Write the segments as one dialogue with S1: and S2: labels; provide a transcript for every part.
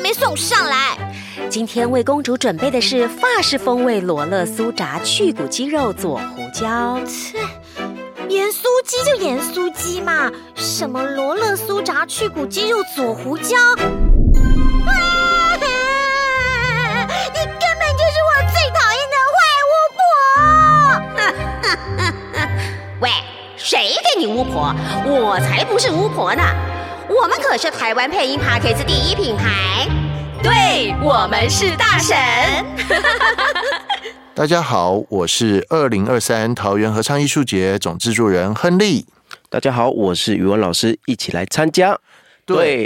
S1: 没送上来？
S2: 今天为公主准备的是法式风味罗勒酥炸去骨鸡肉佐胡椒。
S1: 切，盐酥鸡就盐酥鸡嘛，什么罗勒酥炸去骨鸡肉佐胡椒？啊！你根本就是我最讨厌的坏巫婆！
S2: 喂，谁给你巫婆？我才不是巫婆呢！我们可是台湾配音 p a c k a g e 第一品牌，对我们是大神。
S3: 大家好，我是二零二三桃园合唱艺术节总制作人亨利。
S4: 大家好，我是语文老师，一起来参加。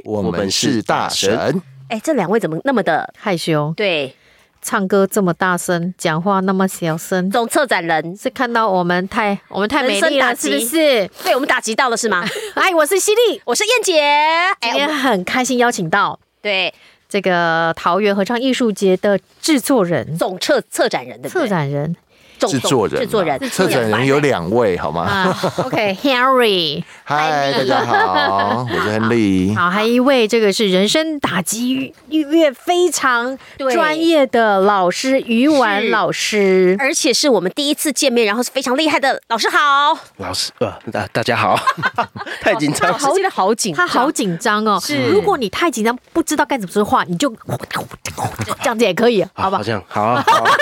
S3: 我们是大。神。
S2: 哎，这两位怎么那么的？
S5: 害羞，
S2: 对，
S5: 唱歌这么大声，讲话那么小声，
S2: 总策展人
S5: 是看到我们太我们太美
S2: 人生
S5: 丽
S2: 打
S5: 了，
S2: 击
S5: 是不是？
S2: 被我们打击到了是 吗？
S5: 哎，我是犀利，
S2: 我是燕姐。
S5: 今
S2: 哎，我
S5: 天
S2: 们
S5: 很开心邀请到
S2: 对，
S5: 这个桃园合唱艺术节的制作人、
S2: 总策策展人对不
S5: 策
S2: 对？
S5: 展人
S2: 总
S3: 制作人嘛，啊
S2: 制作人，
S3: 策展人有两位，好吗？
S5: 啊，OK，Henry，
S3: 嗨，大家好，我是 亨利。
S5: 好，还一位这个是人生打击音乐非常
S2: 对
S5: 专业的老师于
S2: 是
S5: 婉老师。
S2: 而且是我们第一次见面，然后是非常厉害的老师好，
S4: 老师，呃，大大家好，太紧张
S2: 老
S4: 了。
S2: 师真的好紧
S5: 他
S2: 张，
S5: 好紧张哦！
S2: 是
S5: 如果你太紧张，不知道该怎么说话，你就这样子也可以，好吧
S4: 好？像好啊，好啊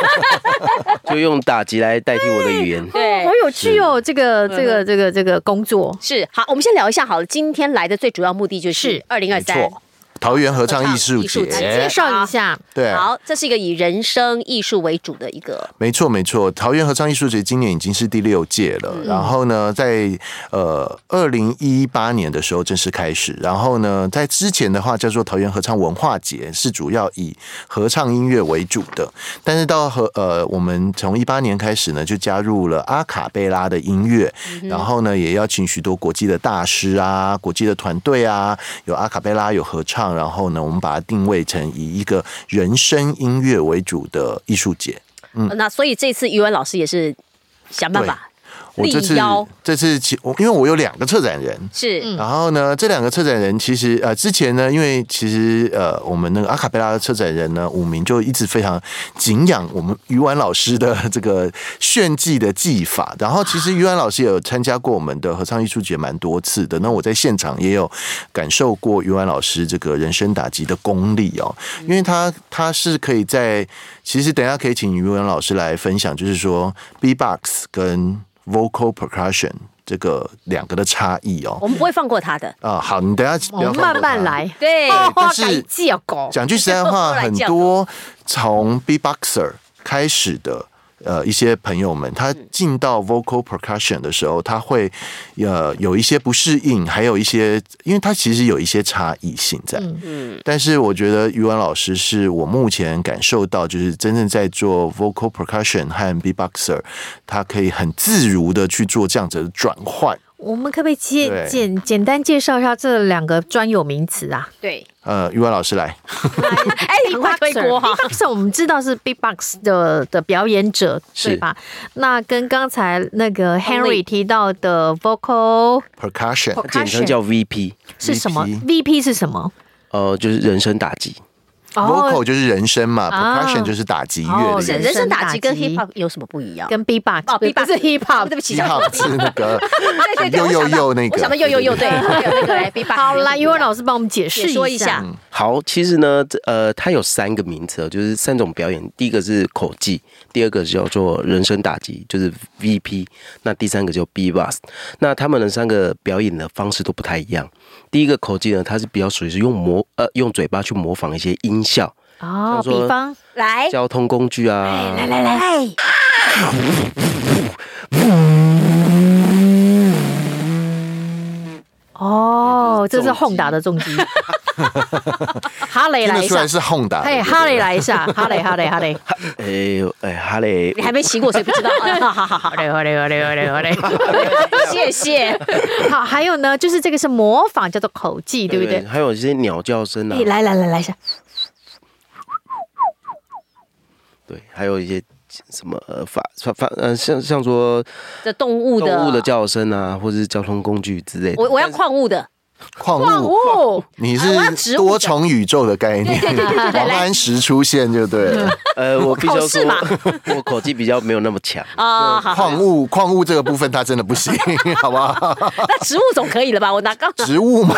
S4: 就用打击来代替我的语言。
S2: 对
S5: 好。有趣哦！这个这个这个这个工作，
S2: 是好，我们先聊一下好了。今天来的最主要目的就是
S5: 是
S2: 二零二
S3: 没
S2: 三
S3: 错，桃园合唱艺术
S2: 合唱艺术节
S3: 节
S5: 介，绍一下。
S3: 对，
S2: 好，这是一个以人生艺术为主的一个
S3: 没错，没错，桃园合唱艺术节今年已经是第六届了。然后呢，在呃二零一八年的时候正式开始。然后呢，在之前的话叫做桃园合唱文化节，是主要以合唱音乐为主的。但是到和呃，我们从一八年开始呢，就加入了阿卡贝拉的音乐。然后呢，也邀请许多国际的大师啊、国际的团队啊，有阿卡贝拉，有合唱。然后呢，我们把它定位成以一个人声音乐为主的艺术节。
S2: 呃那所以这次语文老师也是想办法，
S3: 我这次
S2: 力邀
S3: 这次其我因为我有两个策展人，
S2: 是、
S3: 然后呢，这两个策展人其实呃之前呢，因为其实呃我们那个阿卡贝拉的策展人呢，武明就一直非常呃敬仰我们于婉老师的这个炫技的技法。然后其实于婉老师也有参加过我们的合唱艺术节蛮多次的，那我在现场也有感受过于婉老师这个人声打击的功力哦，因为他他是可以在其实等一下可以请于婉老师来分享，就是说 B-box 跟 vocal percussion。这个两个的差异哦，
S2: 我们不会放过他的。
S3: 啊、好，你等一下
S5: 我
S3: 不要
S5: 们
S3: 放过
S5: 慢慢
S3: 他。
S5: 来。
S2: 对
S5: 哦
S3: 但是
S5: 改记啊，狗。
S3: 讲句实在 话，
S2: 后来
S3: 很
S2: 这样
S3: 多从 B-boxer 开始的。呃，一些朋友们，
S5: 嗯
S3: 他进到 vocal percussion 的时候，他会呃有一些不适应，还有一些，因为他其实有一些差异性在。嗯，但是我觉得于文老师是我目前感受到，就是真正在做 vocal percussion 和 b-boxer，他可以很自如的去做这样子的转换。
S5: 我们可不可以
S3: 对
S5: 介简简单介绍一下这两个专有名词啊
S2: 对，
S3: 呃，于文老师来，
S2: 哎，你快推锅哈。
S5: ？B-box 我们知道是 B-box 的的表演者，
S4: 是
S5: 对吧？那跟刚才那个
S2: Only
S5: Henry 提到的 vocal
S3: percussion
S4: 简称
S5: percussion
S4: 叫 VP，
S5: 是什么？VP 是什么？
S4: 呃，就是人声打击。
S5: 哦
S3: vocal 就是人声嘛、
S5: 啊
S3: p e r c u s s i o n 就是打击乐
S5: 哦
S3: 的意思。
S2: 人
S5: 人
S2: 生
S5: 生
S2: 打
S5: 打
S2: 击
S5: 击
S2: 跟 hip hop 有什么不一样？
S5: 跟 B-box
S2: 哦
S5: 不是
S2: B-box
S5: 不是
S2: 对
S5: hip hop。
S2: 不起，
S3: 一号是那 个
S2: 对 对对，
S3: 又
S2: 我
S3: 又
S2: 想到
S3: 又那个，
S2: 我想到又又又 对，还有那个来 B 八。
S5: 好 啦，语文老师帮我们解
S2: 也
S5: 释
S2: 说一下
S5: 下。，
S4: 好，其实呢，这呃，它有三个名词哦，就是三种表演。第一个是口技，第二个叫做人声打击，就是 VP，那第三个叫 B-box。那他们的三个表演的方式都不太一样。第一个口技呢，它是比较属于是用模呃用嘴巴去模仿一些音效，
S5: 哦
S4: 像，说
S5: 比方
S2: 来
S4: 交通工具啊，
S2: 来来来，
S5: 哦，
S4: 这是
S5: 这是
S4: 重击
S5: 轰打的重击，哈雷
S3: 听
S5: 来
S3: 得
S5: 一
S3: 出
S5: 下
S3: 来，是 Honda 的。
S5: 嘿，
S3: 对不
S5: 哈雷
S3: 对
S5: 来一下，哈雷哈雷哈雷，哈
S4: 哎呦哎哈嘞
S2: 你，还没骑过，所以不 知道。哦好好好好，
S5: 雷哈雷哈雷哈雷哈雷。
S2: 谢谢。
S5: 好，还有呢，就是这个是模仿，叫做口技，对不对？
S4: 还有一些鸟叫声啊
S5: 哎，，来来来来一下，
S4: 对，还有一些什么呃法法法呃像像说
S2: 这动物的
S4: 动物的叫声啊，或者是交通工具之类的。
S2: 我我要矿物的，
S3: 矿
S5: 哇
S3: 物，
S5: 哦，
S3: 你
S5: 啊我要植
S3: 是
S5: 物
S3: 多
S5: 的
S3: 重宇宙的概念， 王安石出现就对了。
S5: 嗯
S4: 呃，我必须要
S5: 考试
S4: 说
S5: 吧，
S4: 我口技比较没有那么强。
S2: 哦
S5: 啊，好，
S3: 矿物矿物这个部分它真的不行， 好不好？
S5: 那植物总可以了吧？我拿刚
S3: 植物嘛，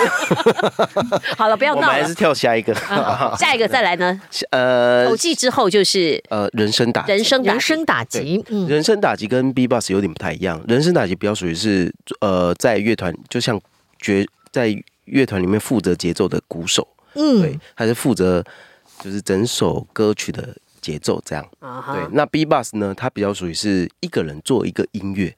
S5: 好了，不要
S4: 我
S5: 闹
S4: 们还
S5: 了
S4: 是。跳下一个，
S5: 啊下一个再来呢？
S4: 呃
S5: 口技之后就是
S4: 呃，人生打击
S5: 人生打
S1: 人
S5: 击
S1: 生打击，嗯，
S4: 人声打击跟 B box 有点不太一样，人声打击比较属于是呃，在乐团就像角在乐团里面负责节奏的鼓手，
S1: 嗯
S4: 对，他是负责就是整首歌曲的节奏这样。
S5: 啊
S4: 对
S5: 哈，，
S4: 那 B box 呢，它比较属于是一个人做一个音乐，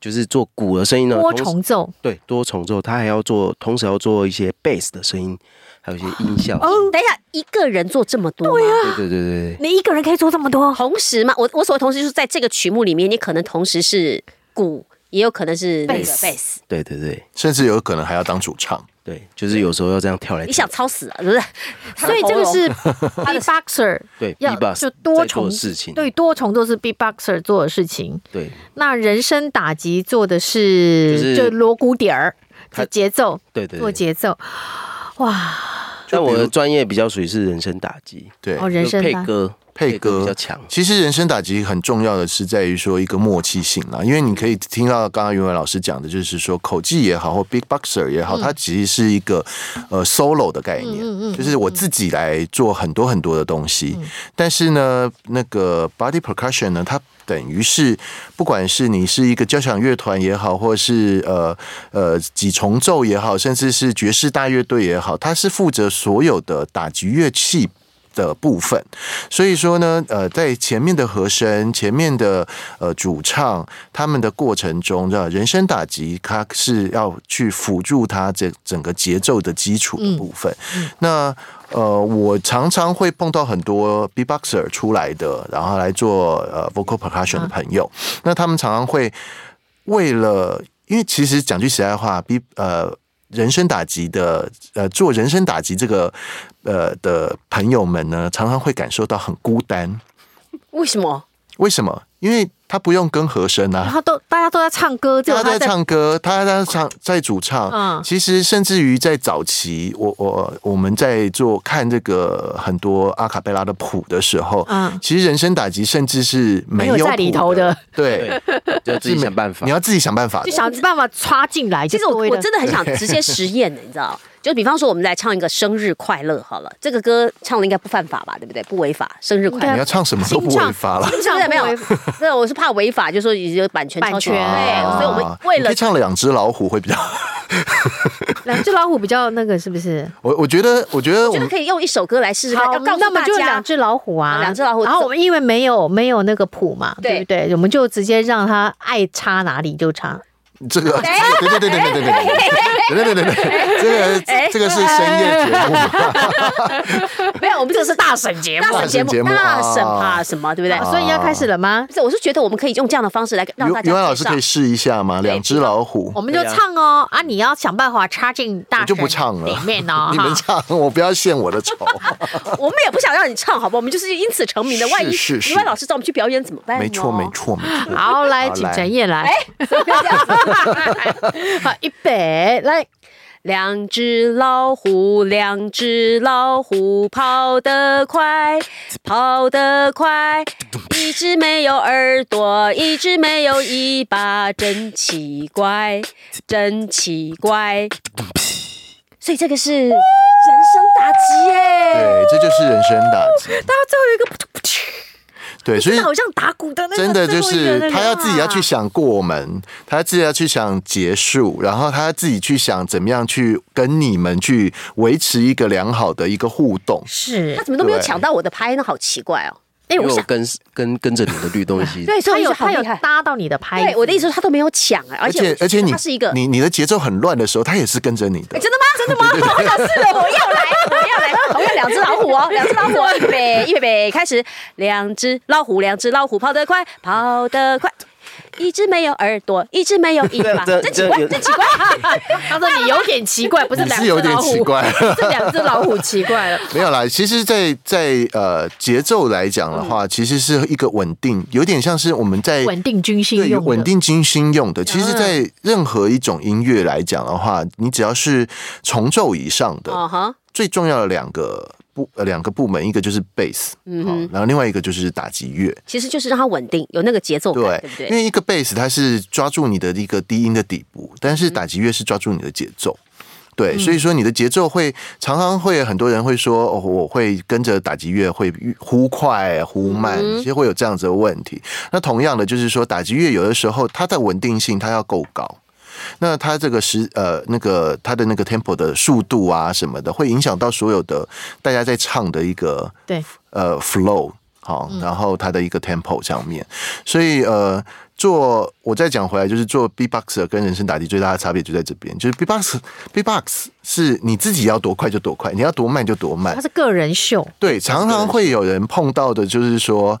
S4: 就是做鼓的声音呢，
S5: 多
S4: 同时
S5: 重奏。
S4: 对多重奏，他还要做，同时要做一些 bass 的声音，还有一些音效。
S2: 等一下，一个人做这么多吗？
S5: 啊
S4: 对对对对，
S5: 你一个人可以做这么多，
S2: 同时嘛，我我所谓同时就是在这个曲目里面，你可能同时是鼓，也有可能是那个
S5: Bass
S2: bass。
S4: 对对对
S3: 甚至有可能还要当主唱。
S4: 对，就是有时候要这样跳来
S2: 你
S4: 跳
S2: 想
S4: 去。
S2: 操死啊， 是不是？
S5: 所以这个是 beatboxer
S4: 对
S5: 要
S4: B-box
S5: 就多
S4: 在做
S5: 重
S4: 的事情
S5: 对多重都是 beatboxer 做的事情。
S4: 对，
S5: 那人声打击做的
S4: 就是
S5: 是就锣鼓点儿，
S4: 它
S5: 是节奏，
S4: 对对对
S5: 做节奏。哇，
S4: 但我的专业比较属于是人声打击，
S3: 对，
S5: 哦，人
S4: 就
S5: 声
S4: 配
S5: 打
S4: 歌
S3: 配歌
S4: 比较强。
S3: 其实人生打击很重要的是在于说一个默契性啦，因为你可以听到刚刚云文老师讲的，就是说口技也好或 big boxer 也
S4: 嗯
S3: 好，它其实是一个呃 solo 的概念，就是我自己来做很多很多的东西。
S4: 嗯
S3: 但是呢，那个 body percussion 呢，它等于是不管是你是一个交响乐团也好，或是呃呃几重奏也好，甚至是爵士大乐队也好，它是负责所有的打击乐器。的部分，所以说呢，呃，在前面的和声、前面的呃主唱他们的过程中，的人声打击，它是要去辅助它这整个节奏的基础的部分。那呃，我常常会碰到很多 B-boxer 出来的，然后来做呃 vocal percussion 的朋友，那他们常常会为了，因为其实讲句实在话，B 呃。人生打击的，呃，做人生打击这个，呃的朋友们呢，常常会感受到很孤单。
S2: 为什么？
S3: 为什么？因为他不用跟和声啊
S5: 然，后都大家都在唱歌，只有
S3: 他在
S5: 在
S3: 唱歌，他在唱在主唱。
S5: 嗯
S3: 其实甚至于在早期，我我我们在做看这个很多阿卡贝拉的谱的时候，
S5: 嗯
S3: 其实人声打击甚至是没
S5: 没有
S3: 谱
S5: 在里头的
S3: 的，对，
S4: 就自己想办法
S3: 你。要自己想办法的
S5: 就。想办法插进来
S2: 其
S5: 就
S2: 实我
S5: 对
S2: 我
S5: 了。
S2: 真的很想直接实验的，你知道？就比方说，我们来唱一个生日快乐好了，这个歌唱了应该不犯法吧？对不对？不违法，生日快
S5: 应
S2: 乐
S3: 你。要唱什么都不违法了。
S5: 这样
S2: 对，没有
S5: 不违，
S2: 没有，我是怕违法，就说已经有版权
S5: 版
S2: 抄袭，
S5: 权
S2: 对，所以我
S4: 哦
S2: 们为
S3: 啊你可
S2: 了
S3: 以唱两只老虎会比较，
S5: 两只老虎比较那个是不是？
S3: 我我觉得，我觉得我
S2: 觉得
S3: 们
S2: 可以用一首歌来试试看，要告诉
S5: 那么
S2: 大
S5: 就两
S2: 家，
S5: 只老虎啊，
S2: 两只老虎
S5: 然后我们因为没有没有那个谱嘛，
S2: 对
S5: 对不对？我们就直接让它爱插哪里就插。
S3: 这个，对对对对对对对对对对对对，这个这个是深夜节目，
S2: 没有，我们这个是大审节目， 大
S3: 大
S2: 审
S3: 审
S2: 节
S3: 节
S2: 目，
S3: 目
S2: 大审
S3: 啊
S2: 啊什么，对不对？
S5: 所以要开始了吗
S2: 不？是，我是觉得我们可以用这样的方式来让
S3: 于
S2: 大家。
S3: 于安老师可以，试一下吗？两只老虎
S5: 我，们就唱哦啊！你要想办法插进大
S3: 我就不唱了
S5: 神里面哦
S3: ，你们
S5: 哈
S3: 唱，我不要献我的丑，
S2: 我们也不想让你唱，好不好？我们就是因此成名的。
S3: 是
S2: 万一
S3: 是是
S2: 于安老师找我们去表演怎么办？
S3: 没错没。错没错。
S5: 好，来，
S3: 好
S5: 请
S3: 来
S5: 陈燕来，
S2: 哎
S5: 好，预备，来，
S2: 两只老虎，两只老虎跑得快，跑得快。一只没有耳朵，一只没有尾巴，真奇怪，真奇怪。所以这个是人生打击耶，
S3: 对，这就是人生打击。
S5: 到最后一个，
S3: 对，所以
S5: 好像打鼓的那个，
S3: 真的就
S5: 最后一个
S3: 是
S5: 那个
S3: 他要自己要去想过门，他自己要去想结束，然后他自己去想怎么样去跟你们去维持一个良好的一个互动。
S5: 是
S2: 他，怎么都没有
S3: 对
S2: 抢到我的拍呢？好奇怪哦。
S5: 哎，
S4: 因
S5: 我
S4: 为我
S5: 想，
S4: 跟跟跟着你的律动一起，
S2: 对，所
S5: 他
S2: 以
S5: 有
S2: 我觉
S5: 他
S2: 得好
S5: 有
S2: 厉害。
S5: 搭到你的拍子，
S2: 对，我的意思是他都没有抢啊，而
S3: 而
S2: 且
S3: 且而且你
S2: 他是一个。
S3: 你你的节奏很乱的时候，他也是跟着你的
S2: 哎。真的吗？真的吗？ 我想试了，哦我要来，我要来，同样两只老虎哦，两只老虎哦，预备，预备，开始，两只老虎，两只老虎跑得快，跑得快。一只没有耳朵，一只没有尾 巴，
S4: 这
S2: 真
S4: 这
S2: 奇怪，
S4: 这
S2: 真 奇怪。
S5: 他说你有点奇怪，不是
S3: 你
S5: 两
S3: 是
S5: 只
S3: 有点
S5: 老虎，
S3: 奇怪
S5: 是两只老虎奇怪了。
S3: 没有啦，其实在，在呃节奏来讲的
S2: 嗯
S3: 话，其实是一个稳定，有点像是我们在
S5: 稳定军心
S3: 哎对于
S5: 用的
S3: 稳定军心用的。其
S2: 嗯
S3: 实，在任何一种音乐来讲的话，你只要是重奏以上的，
S2: 哦哈，
S3: 最重要的两个部呃两个部门，一个就是贝斯，嗯，然后另外一个就是打击乐，
S2: 其实就是让它稳定，有那个节奏感，对不
S3: 因
S2: 对？
S3: 为一个贝斯它是抓住你的一个低音的底部，但
S2: 嗯
S3: 是打击乐是抓住你的节奏。对，所以说你的节奏会常常会很多人会说，哦、我会跟着打击乐会忽快忽慢，
S2: 嗯
S3: 其实会有这样子的问题。那同样的就是说，打击乐有的时候它的稳定性它要够高，那它这个时呃那个它的那个 tempo 的速度啊什么的，会影响到所有的大家在唱的一个
S5: 对，
S3: 呃 flow 好，然后它的一个 tempo 上面，所以呃，做我再讲回来，就是做 B-box 跟人声打击最大的差别就在这边，就是 B-box B-box 是你自己要多快就多快，你要多慢就多慢
S5: 他，是个人秀，
S3: 对，常常会有人碰到的，就是说。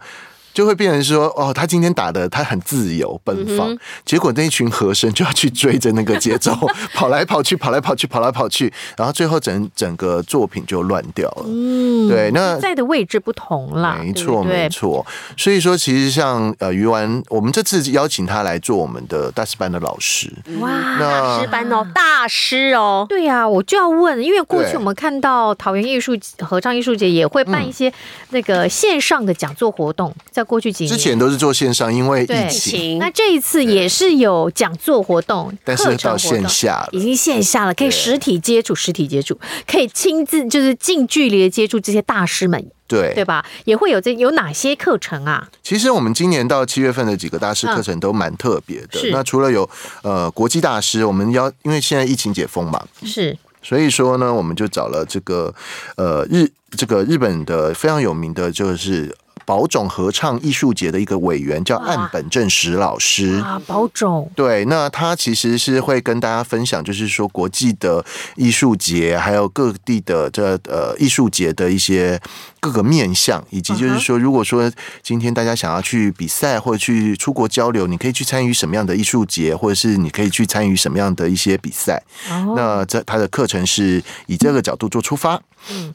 S3: 就会变成说，哦，他今天打的他很自由奔放，结果那一群和声就要去追着那个节奏跑来跑去，跑来跑去，跑来跑去，然后最后整整个作品就乱掉了。嗯，对，那
S5: 在的位置不同啦，
S3: 没
S5: 啊对
S3: 错，
S5: 不
S3: 没
S5: 对？
S3: 错。所以说，其实像呃于丸，我们这次邀请他来做我们的大师班的老师。
S5: 哇。
S2: 大
S3: 那
S2: 师班哦，大师 哦，
S5: 对呀、我就要问，因为过去
S3: 对嗯
S5: 我们看到桃园艺术合唱艺术节也会办一些那个线上的讲座活动，在过去几年
S3: 之前都是做线上，因为
S5: 对
S3: 疫
S2: 疫
S3: 情，
S2: 情
S5: 那这一次也是有讲座活动，
S3: 但是
S5: 课程
S3: 到
S5: 活
S3: 线
S5: 动
S3: 下了
S5: 已。经线下了，可以实体接触，实体接触，可以亲自就是近距离的接触这些大师们，
S3: 对，
S5: 对吧？也会有这有哪些课程啊？
S3: 其实我们今年到七月份的几个大师课程都蛮特别的。
S5: 嗯是
S3: 那除了有呃国际大师，我们邀，因为现在疫情解封嘛，
S5: 是
S3: 所以说呢，我们就找了这个呃日这个日本的非常有名的就是。宝冢合唱艺术节的一个委员叫岸本正史老师，
S5: 啊，保种
S3: 对，那他其实是会跟大家分享，就是说国际的艺术节，还有各地的这呃艺术节的一些各个面向，以及就是说，如果说今天大家想要去比赛或者去出国交流，你可以去参与什么样的艺术节，或者是你可以去参与什么样的一些比赛。
S5: 哦
S3: 那这他的课程是以这个角度做出发。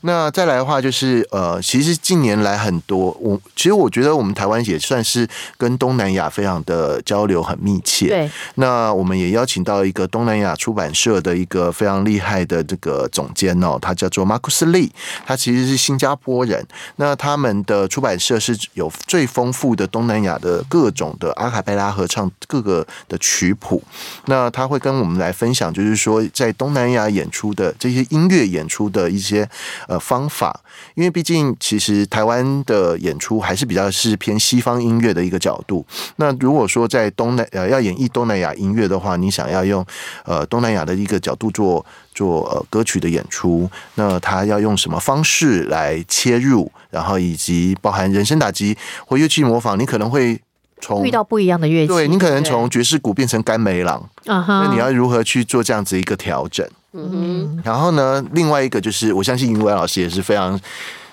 S3: 那再来的话就是呃，其实近年来很多，我其实我觉得我们台湾也算是跟东南亚非常的交流很密切。
S5: 对，
S3: 那我们也邀请到一个东南亚出版社的一个非常厉害的这个总监哦，他叫做马库斯利，他其实是新加坡人。那他们的出版社是有最丰富的东南亚的各种的阿卡贝拉合唱各个的曲谱。那他会跟我们来分享，就是说在东南亚演出的这些音乐演出的一些呃方法，因为毕竟其实台湾的演出还是比较是偏西方音乐的一个角度。那如果说在东南呃要演绎东南亚音乐的话，你想要用呃东南亚的一个角度做做呃歌曲的演出，那他要用什么方式来切入，然后以及包含人声打击或乐器模仿，你可能会从
S5: 遇到不一样的乐器，
S3: 对你可能
S5: 对
S3: 从爵士鼓变成甘梅朗。
S5: 啊哈，
S3: 那你要如何去做这样子一个调整？嗯哼，然后呢，另外一个就是，我相信云文老师也是非常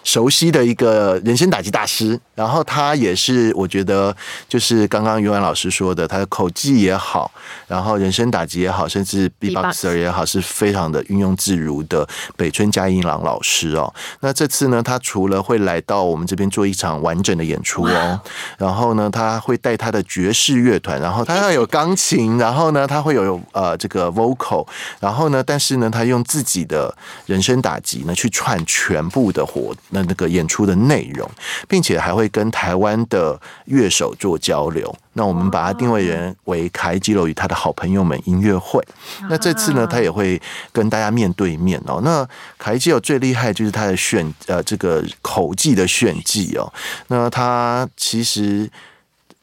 S3: 熟悉的一个人生打击大师，然后他也是我觉得就是刚刚云文老师说的，他的口技也好，然后人生打击也好，甚至
S5: Beatbox
S3: B-boxer 也好，是非常的运用自如的北村嘉一郎老师哦。那这次呢，他除了会来到我们这边做一场完整的演出哦，然后呢，他会带他的爵士乐团，然后他要有钢琴，然后呢，他会有呃这个 vocal，然后呢，但是呢，他用自己的人声打击呢去串全部的活那那个演出的内容，并且还会跟台湾的乐手做交流。那我们把它定位人为凯基楼与他的好朋友们音乐会。那这次呢，他也会跟大家面对面哦。那凯基友最厉害就是他的炫呃这个口技的炫技哦。那他其实。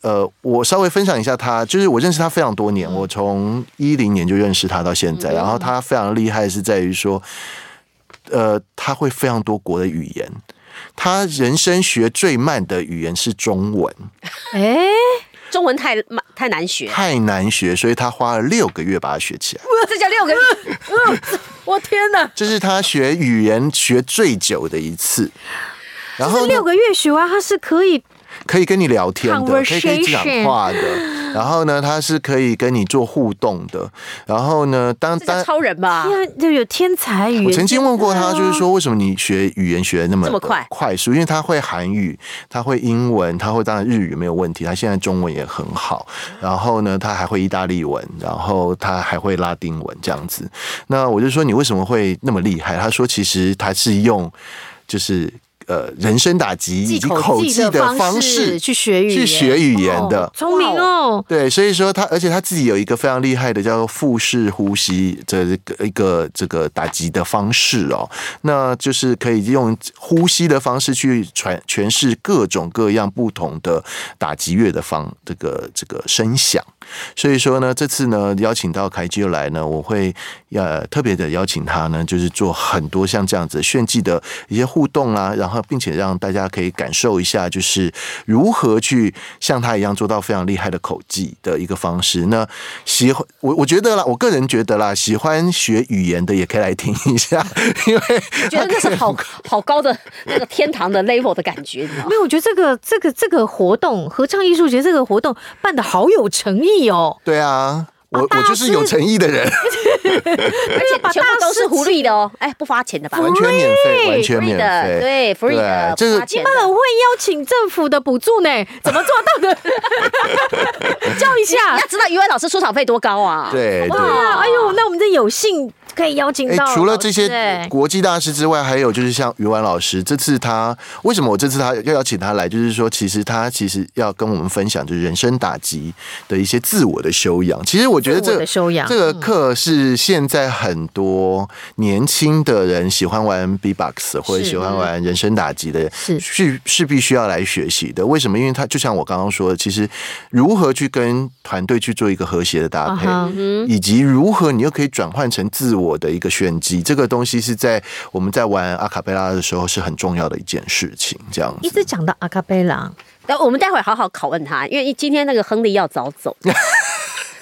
S3: 呃，我稍微分享一下他，就是我认识他非常多年，我从一零年就认识他到现在，然后他非常厉害是在于说，呃，他会非常多国的语言，他人生学最慢的语言是中文，
S5: 哎，
S2: 中文太慢太难学，
S3: 太难学，所以他花了六个月把它学起来。
S2: 这叫六个，呃这我天哪！
S3: 这是他学语言学最久的一次。然后
S5: 这
S3: 呢
S5: 六个月学完，他是可以
S3: 可以跟你聊天的，可以跟你讲话的。然后呢，它是可以跟你做互动的。然后呢，当
S2: 这叫
S3: 当
S2: 超人吧？
S5: 天就有天才语言。呃
S3: 我曾经问过他，就是说为什么你学语言学得那么
S2: 这么快
S3: 快速？因为他会韩语，他会英文，他会当然日语没有问题，他现在中文也很好。然后呢，他还会意大利文，然后他还会拉丁文这样子。那我就说你为什么会那么厉害？他说其实他是用就是。呃，人声打击以
S5: 记
S3: 及
S5: 口
S3: 口
S5: 技
S3: 技的
S5: 方
S3: 方式
S5: 去学语言，
S3: 去学语言的，
S5: 哦聪明哦。
S3: 对，所以说他，而且他自己有一个非常厉害的叫做腹式呼吸这个一个这个打击的方式哦，那就是可以用呼吸的方式去传诠释各种各样不同的打击乐的方这个这个声响。所以说呢，这次呢邀请到凯基来呢，我会呃特别的邀请他呢，就是做很多像这样子炫技的一些互动啦、然后并且让大家可以感受一下，就是如何去像他一样做到非常厉害的口技的一个方式。那喜欢我我觉得啦，我个人觉得啦，喜欢学语言的也可以来听 一下，因为
S2: 觉得那是好好高的那个天堂的 level 的感觉，你知道吗
S5: 没？有，我觉得这个这个这个活动，合唱艺术节这个活动办的好有诚意哦，
S3: 对啊。
S2: 哦
S3: 我
S5: 大
S3: 我就是有
S5: 师
S3: 诚意的人，
S2: 而且全部都是福利的哦，哎，不花钱的吧？
S3: 完全免费，完
S2: free
S3: 全免
S2: 的，
S3: 费。啊
S2: 对，free 的，
S3: 这
S2: 不
S3: 是
S2: 花钱
S5: 他很
S2: 的。
S5: 会邀请政府的补助呢，怎么做到的？ 叫一下
S2: 你要。知道语文老师出场费多高啊！
S3: 对对，
S5: 哇，哎呦，那我们这有幸可以邀请
S3: 哎，
S5: 到老师、
S3: 除了这些
S5: 哎
S3: 国际大师之外，还有就是像于婉老师，这次他为什么我这次他要邀请他来，就是说，其实他其实要跟我们分享，就是人生打击的一些自我的修养。其实我觉得这
S5: 自我的修养嗯
S3: 这个课是现在很多年轻的人喜欢玩 B-box 或者喜欢玩人生打击的人，
S5: 是
S3: 是是必须要来学习的。为什么？因为他就像我刚刚说的，其实如何去跟团队去做一个和谐的搭配。
S5: 啊哈
S3: 以及如何你又可以转换成自我的一个炫技，这个东西是在我们在玩阿卡贝拉的时候是很重要的一件事情。这样
S5: 一
S3: 子，
S5: 直讲到阿卡贝拉，
S2: 然后我们待会儿好好拷问他，因为今天那个亨利要早 走，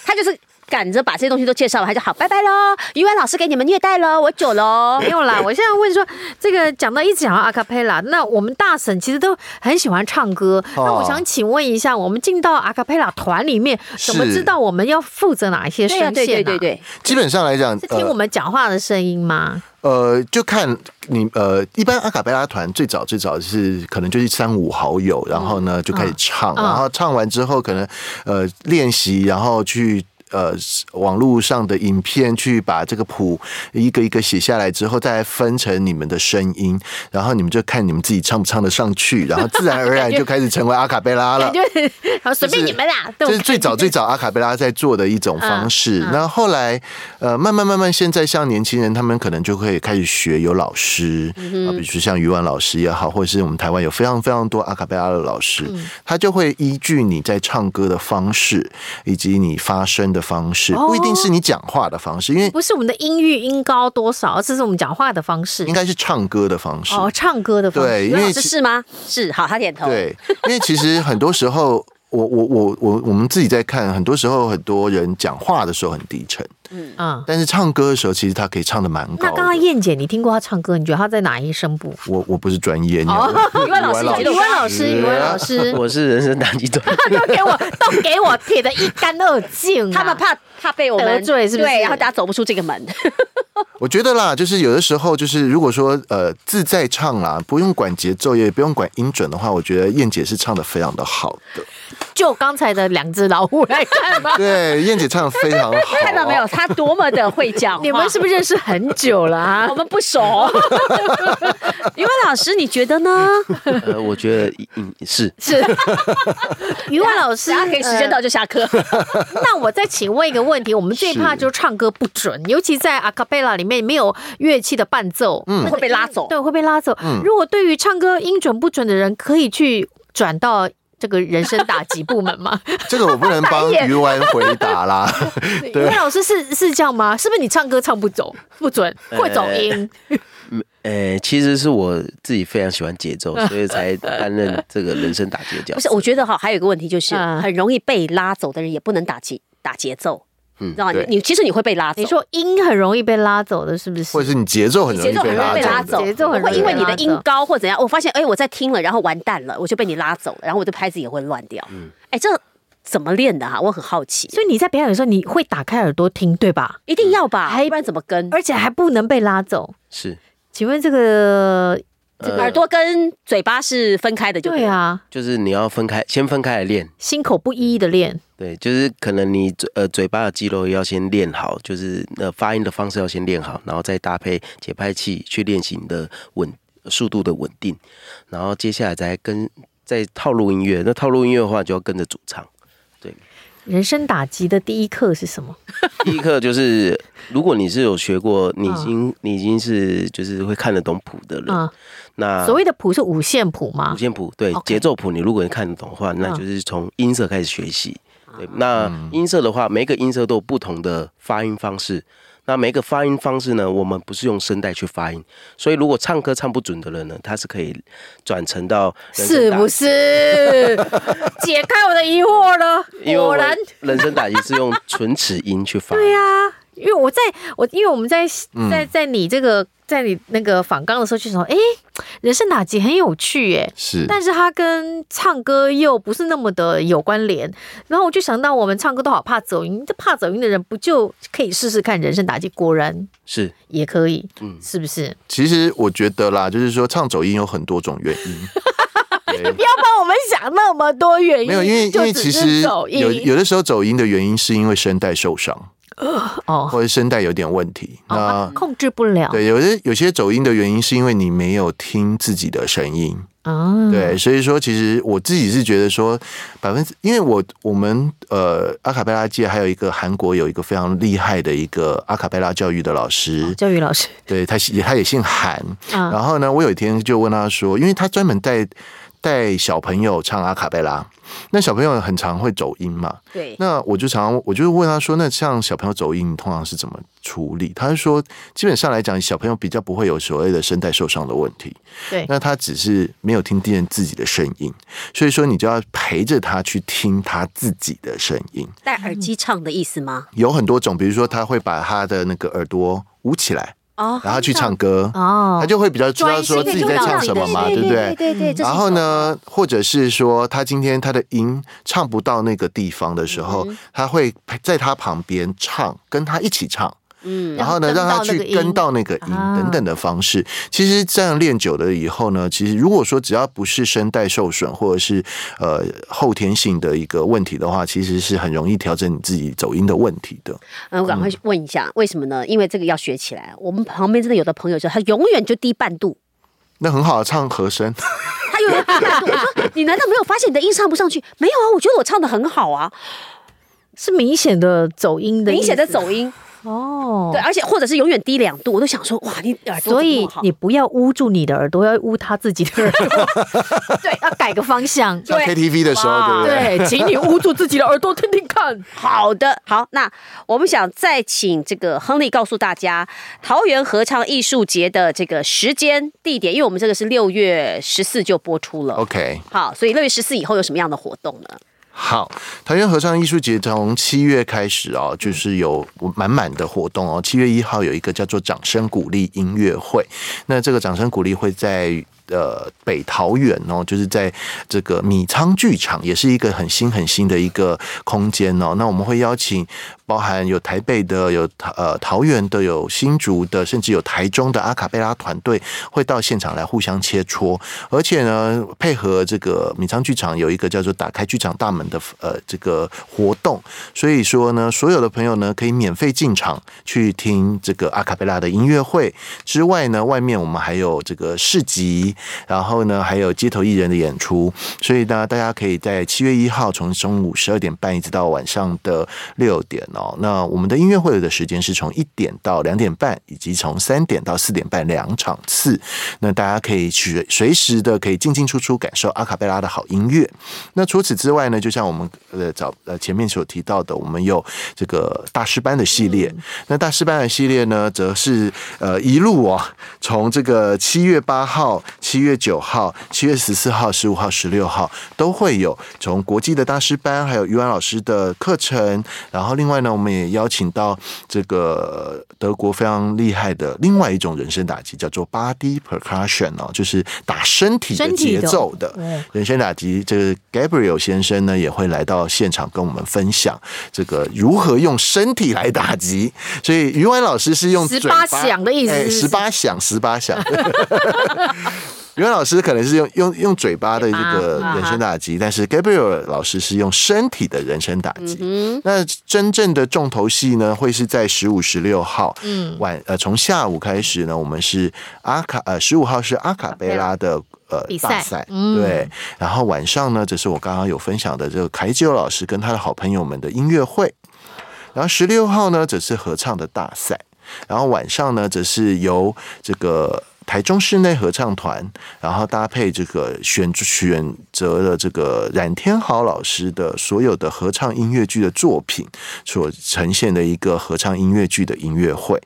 S2: 他就是赶着把这些东西都介绍完，他就好拜拜喽，语文老师给你们虐待喽，我走喽
S5: 没。有 啦。我现在问说，这个讲到一直讲到阿卡贝拉，那我们大婶其实都很喜欢唱歌。
S3: 哦
S5: 那我想请问一下，我们进到阿卡贝拉团里面，
S3: 是
S5: 怎么知道我们要负责哪一些声
S2: 对
S5: 线、
S2: 呀、对对
S5: 啊？
S2: 对对，
S3: 基本上来讲，
S5: 是听我们讲话的声音吗？
S3: 呃，就看你呃，一般阿卡贝拉团最早最早是可能就是三五好友，然后呢就开始唱，
S5: 嗯
S3: 然后唱完之后可能呃练习，然后去。呃，网络上的影片去把这个谱一个一个写下来之后，再分成你们的声音，然后你们就看你们自己唱不唱得上去，然后自然而然就开始成为阿卡贝拉了。
S2: 嗯
S5: 然后随便你们啦，
S3: 这
S5: 对我
S3: 是最早最早阿卡贝拉在做的一种方式。
S5: 嗯
S3: 那后来，呃，慢慢慢慢，现在像年轻人，他们可能就会开始学有老师
S5: 嗯
S3: 啊，比如说像于婉老师也好，或者是我们台湾有非常非常多阿卡贝拉的老师，
S5: 嗯
S3: 他就会依据你在唱歌的方式，以及你发声的方式，不一定是你讲话的方式，因为
S5: 哦不是我们的音域音高多少，而是我们讲话的方式
S3: 应。该是唱歌的方式。
S5: 哦，唱歌的方式。
S3: 对，
S2: 语
S3: 因
S2: 文
S3: 为
S2: 老师
S3: 其
S2: 是吗？是，好，他点头。
S3: 对，因为其实很多时候，我我我我我们自己在看，很多时候很多人讲话的时候很低沉，
S5: 啊、
S3: 但是唱歌的时候，其实他可以唱的蛮
S5: 那
S3: 高
S5: 刚刚
S3: 的。
S5: 燕姐，你听过她唱歌，你觉得她在哪一声部？
S3: 我我不是专业，你
S2: 哦
S3: 要
S2: 语文老师
S3: 语
S2: 觉得
S5: 语
S2: 我
S5: 文老师，语文老师，
S4: 我是人生打击队，
S5: 都给我都给我撇得一干二净啊、
S2: 他们怕怕被我们
S5: 得罪是不是
S2: 对，然后大家走不出这个门。
S3: 我觉得啦，就是有的时候，就是如果说呃自在唱啦，不用管节奏，也不用管音准的话，我觉得燕姐是唱的非常的好的。。
S5: 就刚才的两只老虎来 看吧
S3: 对，燕姐唱的非常好。
S2: 看到没 有，？他多么的会讲话。
S5: 你们是不是认识很久了啊
S2: 我？们不熟。 语文老师，你觉得呢？
S4: 呃，我觉得嗯是
S5: 是语文老 师，
S2: 大家可以时间到
S5: 呃
S2: 就下课。
S5: 那我再请问一个问题，我们最怕就是唱歌不
S2: 嗯
S5: 准，尤其在阿卡贝拉里面没有乐器的伴奏，嗯
S2: 会被拉走嗯
S5: 对，会被拉走。如果对于唱歌音准不准的人，可以去转到这个人声打击部门 吗？
S3: 这个我不能帮于湾回答啦。
S5: 语文老师是是这样吗？是不是你唱歌唱不走不准，会走音？
S4: 呃，其实是我自己非常喜欢节奏，所以才担任这个人生打击的角
S2: 不
S4: 色。
S2: 是，我觉得哈，还有一个问题就是，
S5: 嗯
S2: 很容易被拉走的人也不能打节打节奏，嗯，知道吗
S3: 对
S2: 你你其实你会被拉走，
S5: 你说音很容易被拉走的，是不是？
S3: 或者是你节奏很容
S2: 节
S3: 易
S2: 奏很
S3: 被
S2: 容易被拉
S3: 拉
S2: 走，
S3: 走
S5: 节
S3: 的。
S5: 奏很容
S2: 会
S5: 易被拉
S2: 因
S5: 走
S2: 为你的音高或怎
S3: 嗯
S2: 样，我发现哎，我在听了，然后完蛋了，我就被你拉走了，然后我的拍子也会乱掉。哎，这怎么练的哈、我很好奇，
S5: 所以你在表演的时候，你会打开耳朵听，对吧？
S2: 一定要吧，
S5: 还
S2: 不然怎么跟？
S5: 而且还不能被拉走。
S4: 是
S5: 请问这个
S2: 这
S3: 呃
S2: 个耳朵跟嘴巴是分开的就，
S5: 对，啊，
S4: 就是你要分开，先分开来练。
S5: 心口不一一的练，
S4: 对，就是可能你嘴呃嘴巴的肌肉要先练好，就是呃发音的方式要先练好，然后再搭配节拍器去练习你的稳速度的稳定，然后接下来再跟再套路音乐。那套路音乐的话，就要跟着主唱。
S5: 人生打击的第一课是什么？
S4: 第一课就是，如果你是有学过，你已
S5: 嗯
S4: 经你已经是就是会看得懂谱的人，
S5: 啊、
S4: 那
S5: 所谓的谱是五线谱
S4: 五
S5: 吗？
S4: 线谱对
S5: OK 嗯
S4: 节奏谱，你如果你看得懂的话，那就是从音色开始学习。
S5: 啊
S4: 对，那音色的话，每一个音色都有不同的发音方式。那每一个发音方式呢，我们不是用声带去发音，所以如果唱歌唱不准的人呢，他是可以转成到人声
S5: 是
S4: 打
S5: 不？是？ 解开我的疑惑了，
S4: 因为我
S5: 果
S4: 们
S5: 然。
S4: 人声打击是用唇齿音去发音。
S5: 对啊，因为我在我因为我们在
S4: 嗯
S5: 在在你这个在你那个访纲的时候就说，哎、人生打击很有趣耶、
S3: 是
S5: 但是它跟唱歌又不是那么的有关联，然后我就想到我们唱歌都好怕走音，这怕走音的人不就可以试试看人生打击？果然
S4: 是
S5: 也可以，
S4: 嗯
S5: 是不是？
S3: 其实我觉得啦，就是说唱走音有很多种原因。对
S5: 不要帮我们想那么多原因，
S3: 没有，因为因
S5: 就
S3: 为
S5: 只
S3: 其
S5: 是
S3: 实
S5: 走音
S3: 有有的时候走音的原因是因为声带受伤，
S5: 哦
S3: 或者声带有点问题。那、
S5: 哦控制不了
S3: 对，有些有些走音的原因是因为你没有听自己的声音。
S5: 啊，
S3: 对，所以说其实我自己是觉得说百分之，因为我我们呃阿卡贝拉界还有一个韩国有一个非常厉害的一个阿卡贝拉教育的老师，
S5: 教育老师
S3: 对他姓他也姓韩。
S5: 啊
S3: 然后呢，我有一天就问他说，因为他专门带带小朋友唱阿卡贝拉，那小朋友很常会走音嘛，
S2: 对，
S3: 那我就常我就问他说，那像小朋友走音，你通常是怎么处理？他就说，基本上来讲，小朋友比较不会有所谓的声带受伤的问题。
S5: 对
S3: 那他只是没有听见自己的声音，所以说你就要陪着他去听他自己的声音。
S2: 戴耳机唱的意思吗？
S3: 有很多种，比如说他会把他的那个耳朵捂起来，
S2: 哦，
S3: 然后去唱歌，
S5: 哦
S3: 他，就会比较知道
S5: 专心
S3: 说
S5: 地
S3: 自己在
S5: 听到
S3: 唱
S5: 自己
S3: 什
S5: 的
S3: 么嘛，
S5: 声
S3: 对
S5: 音
S3: 不对？
S2: 对对，这是一首
S3: 然后？呢，或者是说他今天他的音唱不到那个地方的时候，他会在他旁边唱，跟他一起唱。
S2: 嗯，
S3: 然后呢，
S5: 然
S3: 让
S5: 后
S3: 他去跟
S5: 跟
S3: 到那个音
S5: 啊
S3: 等等的方式。其实这样练久了以后呢，其实如果说只要不是声带受损或者是呃后天性的一个问题的话，其实是很容易调整你自己走音的问题的。
S2: 嗯，我赶快问一下，为什么呢？因为这个要学起来。我们旁边真的有的朋友就他永远就低半度，
S3: 那很好，唱和声。
S2: 他永远低半度。我说你难道没有发现你的音唱不上去？没有啊，我觉得我唱的很好啊，
S5: 是明显的走音的意思，
S2: 明显的走音。
S5: 哦，
S2: 对，而啊且或者是永远低两度，我都想说哇，你耳朵
S5: 所以
S2: 怎么那么好
S5: 你不要捂住你的耳朵，要捂他自己的 耳朵，对，要改个方向。
S3: 像 KTV 的时候，对不对？
S5: 对，请你捂住自己的耳朵听听看。
S2: 好的，好，那我们想再请这个亨利告诉大家，桃园合唱艺术节的这个时间、地点，因为我们这个是六月十四就播出了。
S3: OK，
S2: 好，所以六月十四以后有什么样的活动呢？
S3: 好，桃园合唱艺术节从七月开始哦，就是有满满的活动哦。七月一号有一个叫做“掌声鼓励音乐会”，那这个掌声鼓励会在。呃，北桃园哦，就是在这个米仓剧场，也是一个很新很新的一个空间哦。那我们会邀请包含有台北的、有桃呃桃园的、有新竹的，甚至有台中的阿卡贝拉团队会到现场来互相切磋，而且呢，配合这个米仓剧场有一个叫做“打开剧场大门”的呃这个活动，所以说呢，所有的朋友呢可以免费进场去听这个阿卡贝拉的音乐会。之外呢，外面我们还有这个市集，然后呢还有街头艺人的演出，所以呢，大家可以在七月一号从中午十二点半一直到晚上的六点哦。那我们的音乐会的时间是从一点到两点半，以及从三点到四点半两场次。那大家可以去随时的可以进进出出感受阿卡贝拉的好音乐。那除此之外呢，就像我们呃早呃前面所提到的，我们有这个大师班的系列。
S5: 嗯
S3: 那大师班的系列呢，则是呃一路哦，从这个七月八号、七月九号、七月十四号、十五号、十六号都会有从国际的大师班，还有于安老师的课程。然后另外呢，我们也邀请到这个呃德国非常厉害的另外一种人声打击，叫做 body percussion 哦，就是打身体的
S5: 身体
S3: 节
S5: 的
S3: 奏的。
S5: 哦
S3: 人生打击，这个 Gabriel 先生呢也会来到现场跟我们分享这个如何用身体来打击。所以于婉老师是用
S5: 18
S3: 嘴巴哎
S5: 响的意思是不是
S3: 十八响，十八响。 于婉老师可能是用用用嘴巴的这个
S5: 嘴巴
S3: 人生打击，但是 Gabriel 老师是用身体的人生打击。那真正的重头戏呢，会是在十五、十六号，嗯，晚呃，从下午开始呢，我们是阿卡呃，十五号是阿卡贝拉的呃
S5: 比赛
S3: 大赛，
S5: 嗯
S3: 对，然后晚上呢，这是我刚刚有分享的这个凯九老师跟他的好朋友们的音乐会，然后十六号呢，则是合唱的大赛，然后晚上呢，则是由这个。台中室内合唱团，然后搭配这个选选择了这个冉天豪老师的所有的合唱音乐剧的作品，所呈现的一个合唱音乐剧的音乐会。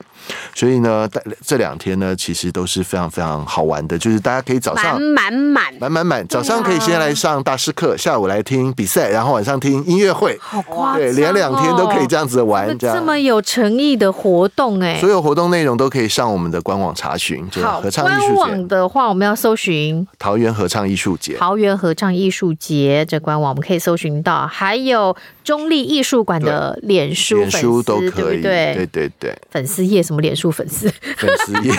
S3: 所以呢，大这两天呢，其实都是非常非常好玩的，就是大家可以早上
S2: 满满满，
S3: 满满满，早上可以先来上大师课，下午来听比赛，然后晚上听音乐会，
S5: 好夸张、哦，哦
S3: 对，连两天都可以这样子玩，这
S5: 这
S3: 样。
S5: 么有诚意的活动哎、
S3: 所有活动内容都可以上我们的官网查询，就是
S5: 好，
S3: 合唱艺
S5: 官
S3: 术节
S5: 网，的话，我们要搜寻
S3: 桃园合唱艺术节。
S5: 桃园合唱艺术节这官网，我们可以搜寻到，还有中立艺术馆的脸书
S3: 脸
S5: 粉
S3: 书
S5: 丝，
S3: 都
S5: 对
S3: 可以，
S5: 不对？
S3: 对对对，
S5: 粉丝页什么脸书粉丝，
S3: 粉丝页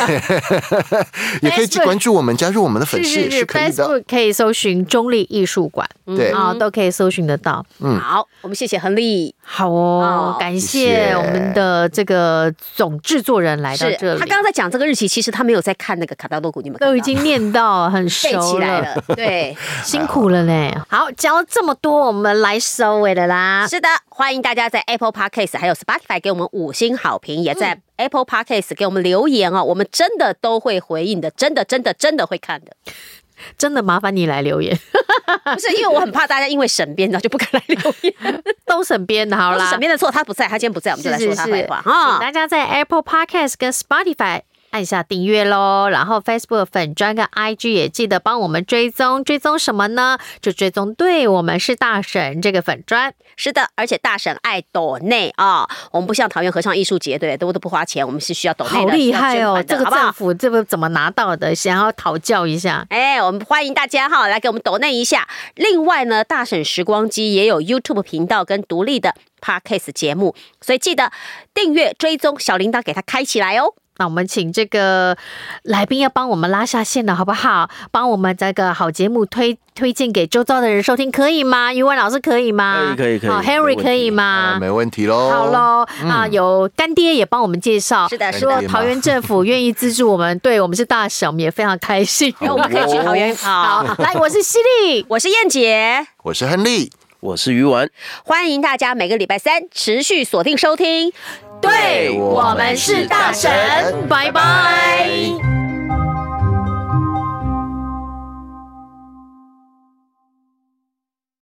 S3: 也可以去
S5: Facebook
S3: 关注我们，加入我们的粉丝
S5: 是
S3: 也
S5: 是
S3: 是可以的。
S5: ，Facebook 可以搜寻中立艺术馆
S3: 对，
S5: 啊，都可以搜寻得到。
S2: 好，我们谢谢亨利，
S5: 好哦
S2: 好，
S5: 感
S3: 谢
S5: 谢
S3: 谢
S5: 我们的这个总制作人来到
S2: 是
S5: 这里，
S2: 他刚刚在讲这个日期，其实他没有在看那个卡达多古，你们看到
S5: 都已经念到很
S2: 背
S5: 熟
S2: 起来
S5: 了，
S2: 了，对。
S5: 辛苦了嘞。好，教这么多，我们来收尾了啦。
S2: 是的，欢迎大家在 Apple Podcast 还有 Spotify 给我们五星好评，也
S5: 嗯
S2: 在 Apple Podcast 给我们留言哦，我们真的都会回应的，真的真的真的会看 的。
S5: 真的麻烦你来留言，
S2: 不是因为我很怕大家因为沈编然后就不敢来留言，
S5: 都审编的 好
S2: 都是
S5: 啦。
S2: 沈编的错，他不在，他今天不在，我们就是来说
S5: 是
S2: 他
S5: 是，
S2: 坏话
S5: 请
S2: 哈。
S5: 大家在 Apple Podcast 跟 Spotify 按下订阅喽，然后 Facebook 粉专跟 IG 也记得帮我们追踪，追踪什么呢？就追踪对我们是大神这个粉专。
S2: 是的，而且大沈爱抖内啊，我们不像桃园合唱艺术节，对不对？都都不花钱，我们是需要抖内的，
S5: 好厉害哦！
S2: 需
S5: 这
S2: 要捐款的
S5: 个
S2: 好不好
S5: 政？府这个怎么拿到的？想要讨教一下。
S2: 哎，我们欢迎大家哈，来给我们抖内一下。另外呢，大婶时光机也有 YouTube 频道跟独立的 Podcast 节目，所以记得订阅、追踪小铃铛，给它开起来哦。
S5: 那我们请这个来宾要帮我们拉下线了，好不好？帮我们这个好节目推推荐给周遭的人收听，可以吗？余文老师可以吗？
S4: 可以可以可以
S5: 好
S4: 没问
S5: ，Henry
S4: 题嗯
S5: 可以吗
S3: 啊，？没问题喽。
S5: 好喽，啊，有干爹也帮我们介绍，
S2: 是的是
S5: 如
S2: 的
S5: 果桃园政府愿意资助我们，对我们是大省，我们也非常 开心。
S2: 因为哎我们可以去桃园
S5: 好
S2: 好，，
S5: 来，我是犀利，
S2: 我是燕姐，
S3: 我是亨利，
S4: 我是鱼丸，
S2: 欢迎大家每个礼拜三持续锁定收听。
S5: 对
S3: 我们是大神
S5: 拜拜